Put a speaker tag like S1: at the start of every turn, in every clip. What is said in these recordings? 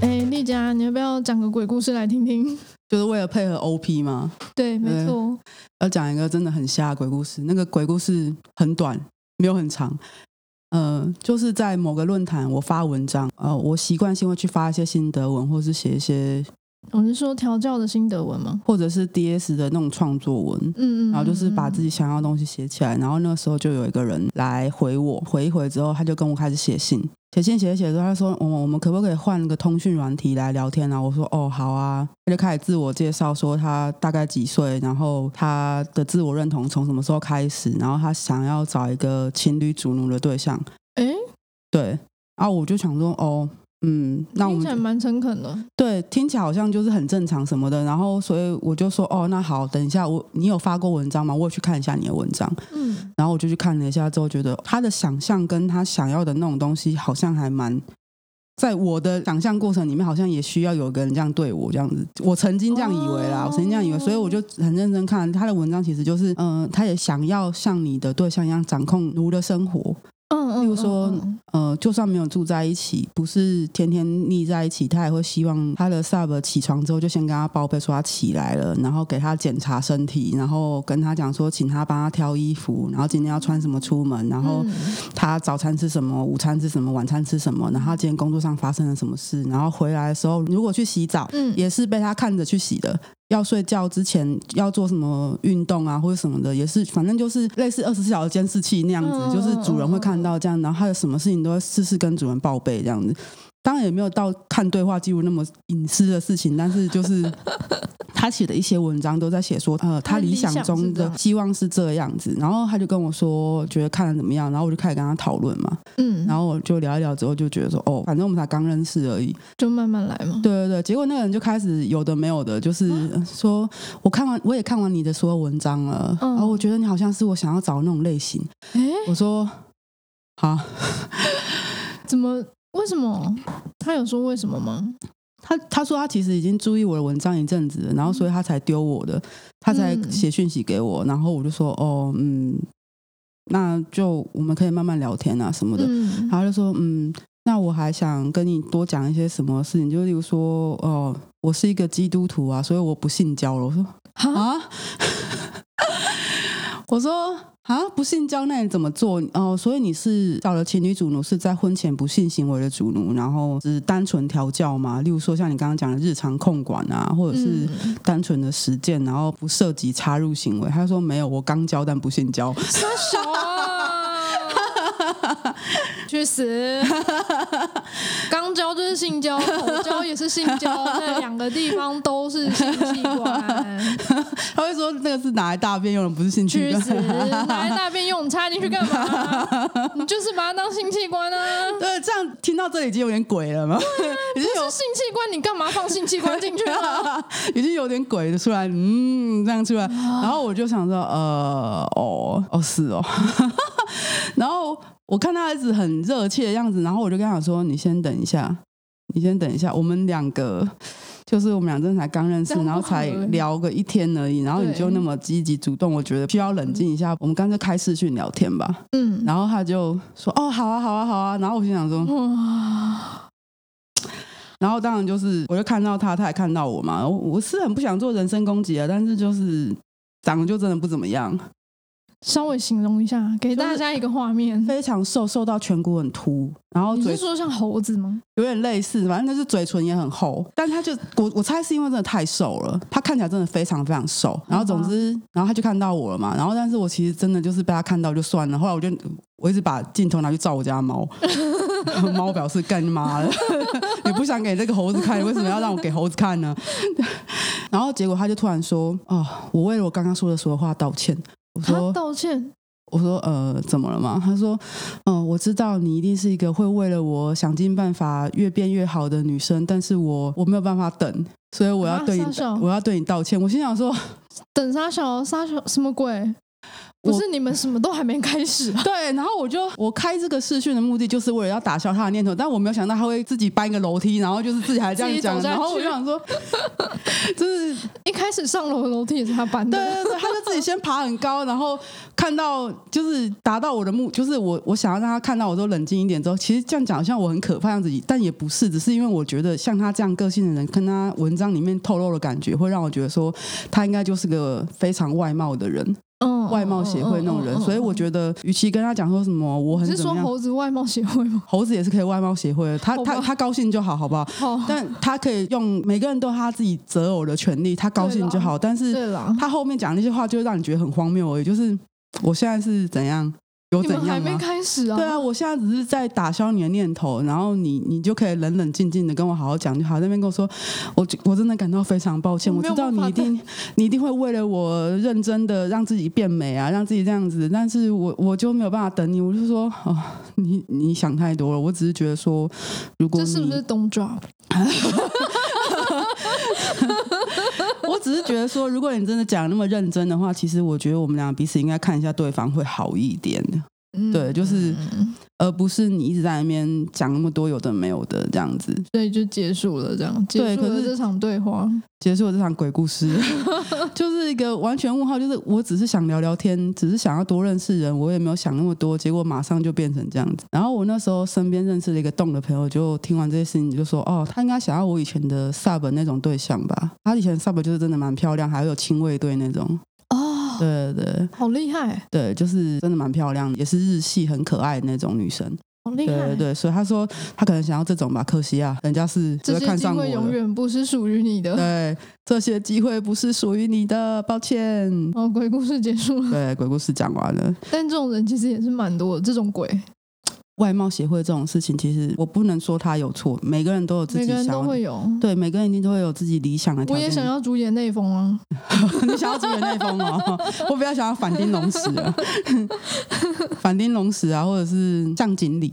S1: 哎，丽佳，你要不要讲个鬼故事来听听？
S2: 就是为了配合 OP 嘛。
S1: 对，
S2: 嗯
S1: 没错，
S2: 要讲一个真的很瞎的鬼故事，那个鬼故事很短，没有很长。呃，就是在某个论坛我发文章，呃，我习惯性会去发一些心得文，或是写一些，
S1: 我是说调教的心得文吗？
S2: 或者是 DS 的那种创作文。
S1: 嗯嗯，
S2: 然后就是把自
S1: 己
S2: 己想要的东西写起来，然后那个时候就有一个人来回我，回一回之后，他就跟我开始写信，写信写一写之后，他说我们我们可不可以换个通讯软体来聊天啊？我说哦好啊，他就开始自我介绍，说他大概几岁，然后他的自我认同从什么时候开始，然后他想要找一个情侣主奴的对象，
S1: 哎，
S2: 对，然后我就想说哦。嗯，那我
S1: 听
S2: 们
S1: 起来蛮诚恳的。
S2: 对，听起来好像就是很正常什么的，然后所以我就说，哦，那好，等一下我你有发过文章吗？我有去看一下你的文章，
S1: 嗯，
S2: 然后我就去看了一下之后，觉得他的想象跟他想要的那种东西好像还蛮，在我的想象过程里面，好像也需要有个人这样对我这样子，我曾经这样以为啦，
S1: 哦
S2: 我曾经这样以为，所以我就很认真看他的文章，其实就是，嗯、他也想要像你的对象一样掌控奴的生活，
S1: 嗯嗯，
S2: 例如说
S1: 嗯嗯
S2: 呃，就算没有住在一起，不是天天腻在一起，他也会希望他的 sub 起床之后就先跟他报备说他起来了，然后给他检查身体，然后跟他讲说请他帮他挑衣服，然后今天要穿什么出门，然后
S1: 嗯
S2: 他早餐吃什么，午餐吃什么，晚餐吃什么，然后他今天工作上发生了什么事，然后回来的时候如果去洗澡，
S1: 嗯
S2: 也是被他看着去洗的。要睡觉之前要做什么运动啊，或者什么的，也是，反正就是类似二十四小时监视器那样子，
S1: 嗯
S2: 就是主人会看到这样，然后他的什么事情都会事事跟主人报备这样子。当然也没有到看对话记录那么隐私的事情，但是就是 他写的一些文章都在写说，呃，
S1: 他
S2: 他
S1: 的理
S2: 理
S1: 想
S2: 想
S1: 是
S2: 中
S1: 这
S2: 的
S1: 样
S2: 希望是这样子。然后他就跟我说，觉得看了怎么样，然后我就开始跟他讨论嘛，
S1: 嗯，
S2: 然后我就聊一聊之后就觉得说，哦，反正我们才刚认识而已，
S1: 就慢慢来嘛。
S2: 对对对，结果那个人就开始有的没有的，就是
S1: 啊
S2: 说我看完我也看完你的所有文章了，
S1: 嗯
S2: 然后我觉得你好像是我想要找的那种类型。
S1: 哎，
S2: 我说好，
S1: 怎么？为什么？他有说为什么吗？
S2: 他他说他其实已经注意我的文章一阵子了，然后所以他才丢我的，他才
S1: 嗯
S2: 写讯息给我，然后我就说哦嗯，那就我们可以慢慢聊天啊什么的。
S1: 嗯，
S2: 然后就说，嗯，那我还想跟你多讲一些什么事情，就例如说，哦、我是一个基督徒啊，所以我不信教了。我说
S1: 哈，
S2: 啊， 我说啊，不信教那你怎么做？哦、所以你是找了情侣主奴，是在婚前不性行为的主奴，然后只单纯调教嘛？例如说像你刚刚讲的日常控管啊，或者是
S1: 嗯
S2: 单纯的实践，然后不涉及插入行为。他说没有，我刚教但不信教。
S1: 杀手啊，去 死！肛交就是性交，口交也是性交，那两个地方都是性器官。
S2: 他会说那个是拿来大便用的，不是性趣
S1: 去 死！拿来大便用，你插进去干嘛？你就是把它当性器官 啊！
S2: 对，这样听到这里已经有点鬼了嘛， 已经
S1: 是性器官，你干嘛放性器官进去 啊？
S2: 有已经有点鬼的出来，嗯，这样出来，然后我就想说，呃，哦，哦，是哦， 然后我看他一直很热切的样子，然后我就跟他讲说，你先等一下，你先等一下，我们两个。就是我们俩真的才刚认
S1: 这
S2: 识，
S1: 样不
S2: 然后
S1: 合
S2: 才聊个一天而已，然后你
S1: 对
S2: 就那么积极主动，我觉得需要冷静一下。我们干脆开视讯聊天吧。
S1: 嗯，
S2: 然后他就说：“哦，好啊，好啊，好啊。”然后我心想说：“
S1: 哇，
S2: 然后当然就是，我就看到他，他也看到我嘛。我我是很不想做人身攻击啊，但是就是长得就真的不怎么样，
S1: 稍微形容一下，给大家一个画面。
S2: 非常瘦，瘦到颧骨很凸，然后
S1: 你是
S2: 嘴
S1: 说像猴子吗？
S2: 有点类似，反正就是嘴唇也很厚。但他就我我猜是因为真的太瘦了，他看起来真的非常非常瘦。然后总之，然后他就看到我了嘛。然后但是我其实真的就是被他看到就算了。后来我就我一直把镜头拿去照我家的猫， 猫表示干妈了， 你不想给这个猴子看，你为什么要让我给猴子看呢？ 然后结果他就突然说：“哦，我为了我刚刚说的所有话道歉。”我
S1: 他
S2: 说
S1: 啊道歉，
S2: 我说呃，怎么了嘛？他说，嗯、我知道你一定是一个会为了我想尽办法越变越好的女生，但是我我没有办法等，所以我要
S1: 啊
S2: 对你、
S1: 杀手
S2: 我要对你道歉。我心想说，
S1: 等沙小沙小什么鬼？不是你们什么都还没开始啊？
S2: 对，然后我就我开这个视讯的目的就是为了要打消他的念头，但我没有想到他会自己搬一个楼梯，然后就是自己还这样讲，
S1: 自己走下去
S2: 然后我就想说， 就是
S1: 一开始上楼的楼梯也是他搬
S2: 对
S1: 的，
S2: 对对，啊他就自己先爬很高，然后看到就是达到我的目，就是我我想要让他看到我之后冷静一点之后，其实这样讲好像我很可怕样子，但也不是，只是因为我觉得像他这样个性的人，跟他文章里面透露的感觉，会让我觉得说他应该就是个非常外貌的人，
S1: 嗯
S2: 外貌协会那种人，所以我觉得与其跟他讲说什么我
S1: 得
S2: 很
S1: 哦嗯你是
S2: 怎
S1: 说
S2: 么样。
S1: 猴子外貌协会吗？
S2: 猴子也是可以外貌协会的，他他
S1: 好吧
S2: 他高兴就好，好不好？
S1: 哦，
S2: 但他可以用每个人都有他自己择偶的权利，他高兴就好。但是
S1: 对啦，
S2: 他后面讲那些话，就会让你觉得很荒谬而已。就是我现在是怎样，有
S1: 你
S2: 怎
S1: 们还
S2: 样
S1: 没
S2: 吗？
S1: 开始啊？
S2: 对啊，我现在只是在打消你的念头，然后你你就可以冷冷静静的跟我好好讲就好。那边跟我说，我我真的感到非常抱歉，
S1: 我
S2: 我
S1: 没
S2: 知
S1: 有
S2: 道你
S1: 办法
S2: 一定你一定会为了我认真的让自己变美啊，让自己这样子，但是我我就没有办法等你。我就说哦，你你想太多了，我只是觉得说，如果
S1: 这
S2: 你
S1: 是不是 Don't Drop？
S2: 我只是觉得说，如果你真的讲那么认真的话，其实我觉得我们俩彼此应该看一下对方会好一点的。
S1: 嗯
S2: 对就是
S1: 嗯
S2: 而不是你一直在那边讲那么多有的没有的这样子。
S1: 所以就结束了，这样结
S2: 对
S1: 束
S2: 可
S1: 了
S2: 是
S1: 这场对话。
S2: 结束了这场鬼故事， 就是一个完全问号。就是我只是想聊聊天，只是想要多认识人，我也没有想那么多，结果马上就变成这样子。然后我那时候身边认识了一个动的朋友，就听完这些事情就说：“哦，他应该想要我以前的 sub 那种对象吧？他以前的 sub 就是真的蛮漂亮，还有亲卫队那种。
S1: 哦，
S2: 对对
S1: 好厉害，
S2: 对，就是真的蛮漂亮，也是日系很可爱的那种女生。”
S1: 好厉害！
S2: 对对对，所以他说他可能想要这种吧，可惜啊，人家是只
S1: 这
S2: 会
S1: 些
S2: 看
S1: 机
S2: 上我
S1: 会永
S2: 的。
S1: 远不是属于你的。
S2: 对，这些机会不是属于你的，抱歉。
S1: 哦，鬼故事结束了，
S2: 对，鬼故事讲完了。
S1: 但这种人其实也是蛮多的，这种鬼，
S2: 外貌协会这种事情，其实我不能说他有错，每个人都有自
S1: 每
S2: 己
S1: 个人
S2: 想
S1: 都
S2: 要的。
S1: 会有。
S2: 对，每个人一定都会有自己理想的条
S1: 我
S2: 件。
S1: 也想，要主演内风啊，
S2: 你想要主演内风哦，我比较想要反町隆史 啊，反町隆史啊，或者是向井理，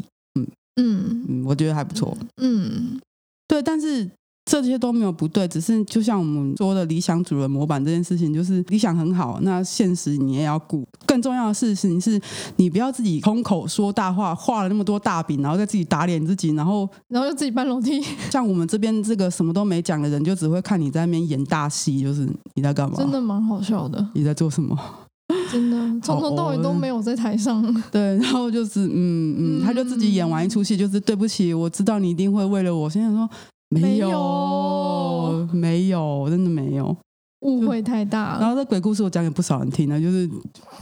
S1: 嗯
S2: 嗯，我觉得还不错。
S1: 嗯，
S2: 对，但是这些都没有不对，只是就像我们说的理想主人模板这件事情，就是理想很好，那现实你也要顾。更重要的事情是，你不要自己空口说大话，画了那么多大饼，然后再自己打脸自己，然后
S1: 然后就自己搬楼梯，
S2: 像我们这边这个什么都没讲的人，就只会看你在那边演大戏，就是你在干嘛？
S1: 真的蛮好笑的，
S2: 你在做什么？
S1: 真的从头到尾
S2: 哦
S1: 都没有在台上。
S2: 对，然后就是嗯
S1: 嗯
S2: 嗯，他就自己演完一出戏，就是对不起，我知道你一定会为了我。现在说没
S1: 没
S2: 有
S1: 有，
S2: 没有，真的没有。
S1: 误会太大
S2: 然
S1: 了，
S2: 后这鬼故事我讲给不少人听呢，啊就是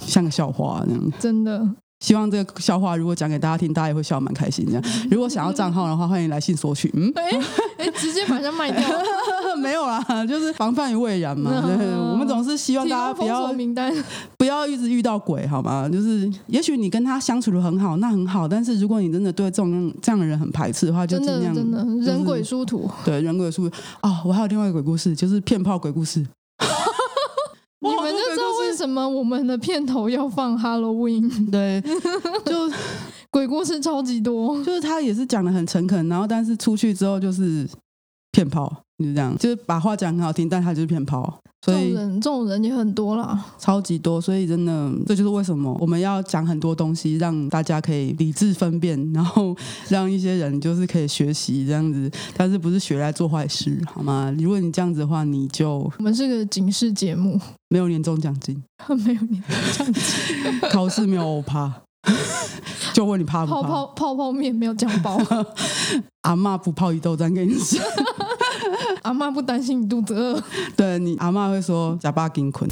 S2: 像个笑话啊那样。
S1: 真的。
S2: 希望这个笑话如果讲给大家听，大家也会笑得蛮开心这样。如果想要账号的话，欢迎来信索取。嗯，
S1: 哎哎，直接把人家卖掉，
S2: 没有啦，就是防范于未然嘛。
S1: 嗯
S2: 对我们总是 希望
S1: 提
S2: 大家
S1: 供
S2: 不
S1: 封锁
S2: 要
S1: 名单。
S2: 不要一直遇到鬼，好吗？就是也许你跟他相处的很好，那很好。但是如果你真的对这种这样的人很排斥的话，就
S1: 真
S2: 尽
S1: 的
S2: 量
S1: 真的
S2: 就是
S1: 人鬼殊途，
S2: 对人鬼殊哦。我还有另外一个鬼故事，就是骗炮鬼 故事。
S1: 你们就知道为什么我们的片头要放 Halloween
S2: 对，就
S1: 鬼故事超级多，
S2: 就是他也是讲的很诚恳，然后但是出去之后就是骗炮，就是这样，就是把话讲很好听，但他就是骗炮，
S1: 这
S2: 所
S1: 种
S2: 以
S1: 人这种人也很多啦。
S2: 超级多，所以真的这就是为什么我们要讲很多东西，让大家可以理智分辨，然后让一些人就是可以学习这样子，但是不是学来做坏事，好吗？如果你这样子的话，你就
S1: 我们是个警示节目，
S2: 没有年终奖金，
S1: 没有 你
S2: 考试没有欧趴， 就问你怕不
S1: 泡
S2: 怕？
S1: 泡泡泡面没有酱 包，
S2: 阿嬷不泡一豆浆给你 吃，
S1: 阿妈不担心你肚子饿。
S2: 对你阿嬷会说假巴给你捆。